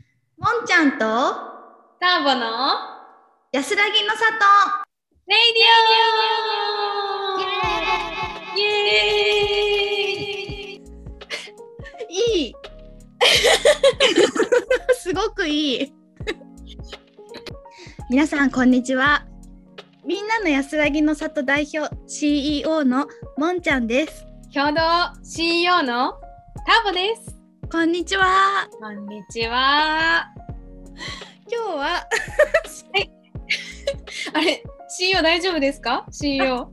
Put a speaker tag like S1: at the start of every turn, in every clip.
S1: んちゃんと
S2: ターボの
S1: 安らぎの里
S2: レディオイエーイ
S1: いい すごくいい皆さんこんにちはみんなの安らぎの里代表 CEO のもんちゃんです
S2: 共同 CEO のターボです
S1: こんにちは
S2: こんにちは
S1: 今日は
S2: あれ CEO 大丈夫ですか CEO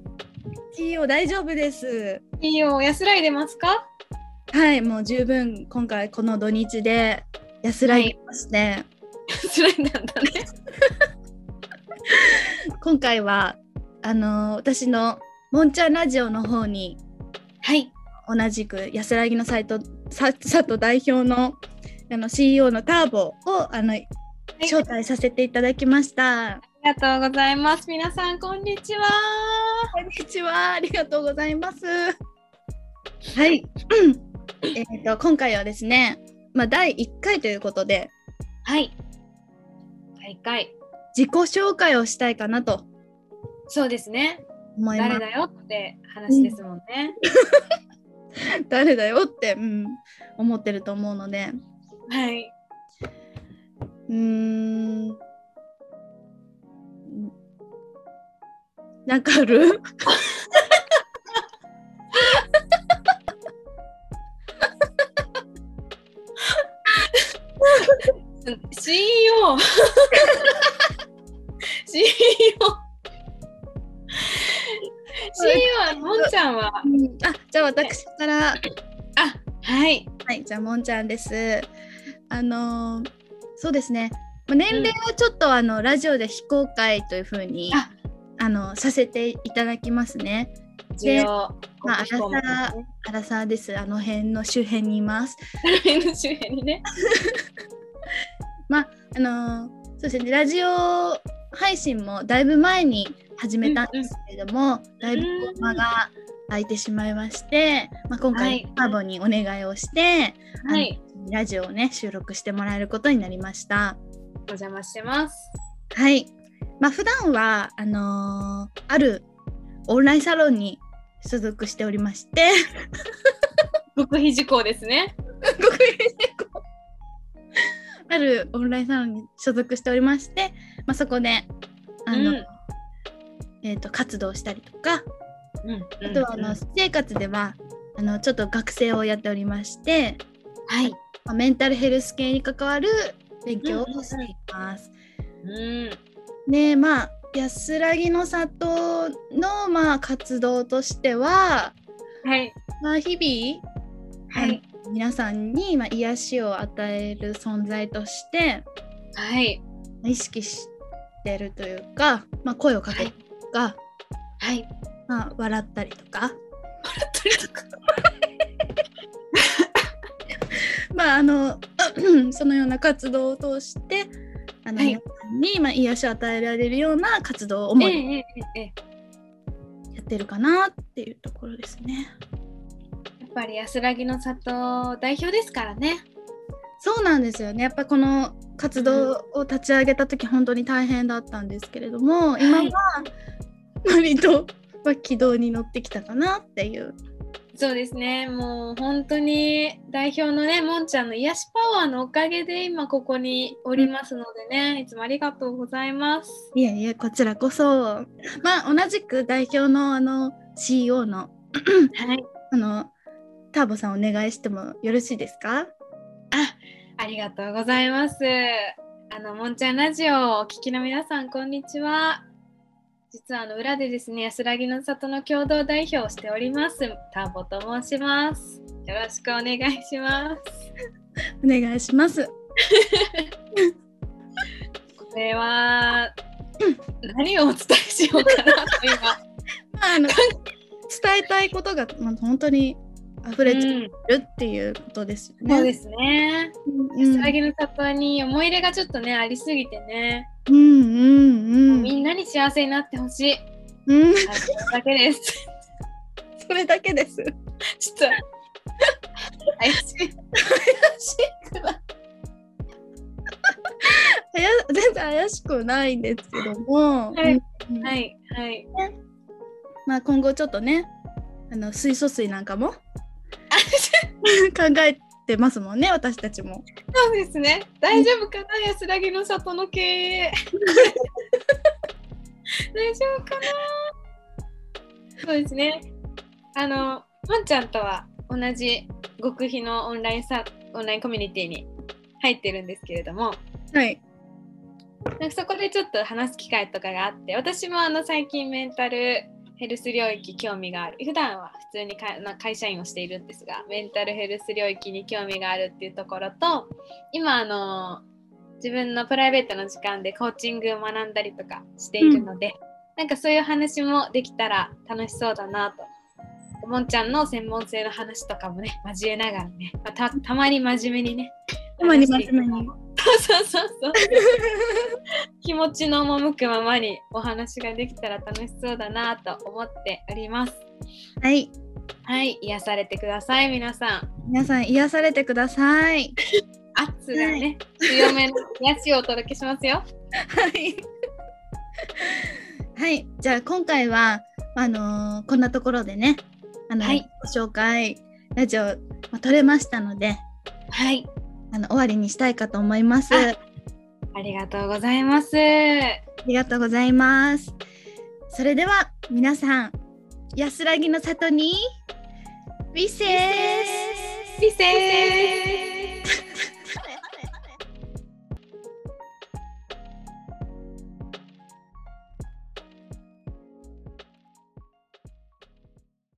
S1: CEO 大丈夫です
S2: CEO お安らいでますか
S1: はいもう十分今回この土日で安らぎまして、
S2: 安らいなんだね
S1: 今回はあのー私のもんちゃんラジオの方に
S2: はい
S1: 同じく安らぎのサイトさ里代表のあの CEO のターボをあの招待させていただきました。
S2: ありがとうございます皆さんこんにちは
S1: こんにちは、ありがとうございます。はい、えっと今回はですね、まあ第1回ということで
S2: はい大会
S1: 自己紹介をしたいかなと
S2: そうですね
S1: 思います。
S2: 誰だよって話ですもんね、
S1: 誰だよって、うん、思ってると思うので、
S2: はい。
S1: うーん、なんかある？
S2: CEO。CEO。CEO はもんちゃんは。
S1: うんあじゃあ私から
S2: あ、はい。
S1: はいじゃあもんちゃんですあのーそうですねまあ年齢はちょっとあのラジオで非公開というふうに、
S2: あ
S1: あのさせていただきますね
S2: 需要。
S1: まあアラサーアラサーですあの辺の周辺にいます
S2: 辺の周辺にね。
S1: あのーそうですねラジオ配信もだいぶ前に始めたんですけれども、だいぶ間が空いてしまいまして、まあ、今
S2: は
S1: 回
S2: い
S1: カーボンにお願いをして、
S2: はい。
S1: ラジオをね収録してもらえることになりました。
S2: お邪魔してます。
S1: はい。まあ普段はあのーあるオンラインサロンに所属しておりま して、
S2: 極秘事項ですね。
S1: あるオンラインサロンに所属しておりまして、まあそこであの、
S2: うん
S1: えっ、と活動したりとか、
S2: うん
S1: あとはあの、私生活ではあのちょっと学生をやっておりまして、
S2: はい。
S1: まあ、メンタルヘルス系に関わる勉強をしています。
S2: うん。
S1: ねまあ安らぎの里の、まあ、活動としては、
S2: はい。
S1: まあ、日々、
S2: はい。
S1: あの皆さんに、まあ、癒しを与える存在として
S2: はい。
S1: 意識してるというか、まあ、声をかけるとか、
S2: はい。
S1: まあ、笑ったりとか、 まあ、あの そのような活動を通してあの、
S2: はい
S1: 皆さんに、まあ、癒しを与えられるような活動を
S2: え
S1: 主
S2: え
S1: に
S2: ええええ。
S1: やってるかなっていうところですね。
S2: やっぱり安らぎの里代表ですからね。
S1: そうなんですよねやっぱこの活動を立ち上げた時本当に大変だったんですけれども、今は割と、まあ、軌道に乗ってきたかなっていう
S2: そうですね、もう本当に代表のね、もんちゃんの癒しパワーのおかげで今ここにおりますのでね、いつもありがとうございます。
S1: いやいやこちらこそまあ同じく代表のあの CEO の
S2: はい、
S1: あのターボさんお願いしてもよろしいですか
S2: ありがとうございます。あの、もんちゃんラジオをお聞きの皆さん、こんにちは。実はあの裏でですね、安らぎの里の共同代表をしております、田ボと申します。よろしくお願いします。
S1: お願いします。
S2: これは、何をお伝えしようかなと今。
S1: まあ、 あの伝えたいことが、まあ、本当に溢れて
S2: うん
S1: るっていうことですよね。
S2: そうですね。
S1: うん
S2: 安らぎの里に思い入れがちょっとね、ありすぎてね、
S1: うんうんうん。
S2: みんなに幸せになってほしい。
S1: うん
S2: あそれだけです。
S1: それだけです。
S2: ちょっと。怪しい。
S1: シンクだ いや全然怪しくないんですけども、
S2: はい
S1: うん
S2: はいはい。
S1: まあ、今後ちょっとねあの水素水なんかも考えてますもんね私たちも。
S2: そうですね。大丈夫かな安らぎの里の経営。 大丈夫かなそうですね。あの、もんちゃんとは同じ極秘のオンラインさオンラインコミュニティに入ってるんですけれども、
S1: はい、
S2: なんかそこでちょっと話す機会とかがあって私もあの最近メンタルヘルス領域興味がある普段は普通にかな会社員をしているんですがメンタルヘルス領域に興味があるっていうところと今あの自分のプライベートの時間でコーチングを学んだりとかしているので、なんかそういう話もできたら楽しそうだなともんちゃんの専門性の話とかもね交えながらね、まあたたまに真面目にね
S1: たまに真面目に
S2: そうそうそうそう 気持ちの赴くままにお話ができたら楽しそうだなと思っております。
S1: はい、
S2: はい、癒されてください、皆さん。
S1: 皆さん癒されてください。
S2: 圧がね、強めの癒しをお届けしますよ。
S1: はい。はい、じゃあ今回はあのーこんなところでね、あの、
S2: はい
S1: ご紹介ラジオ、まあ、撮れましたので、
S2: はい、
S1: あの終わりにしたいかと思います。
S2: あありがとうござ います。は
S1: ありがとうございます。それでは皆さん、安らぎの里に、美声
S2: 美声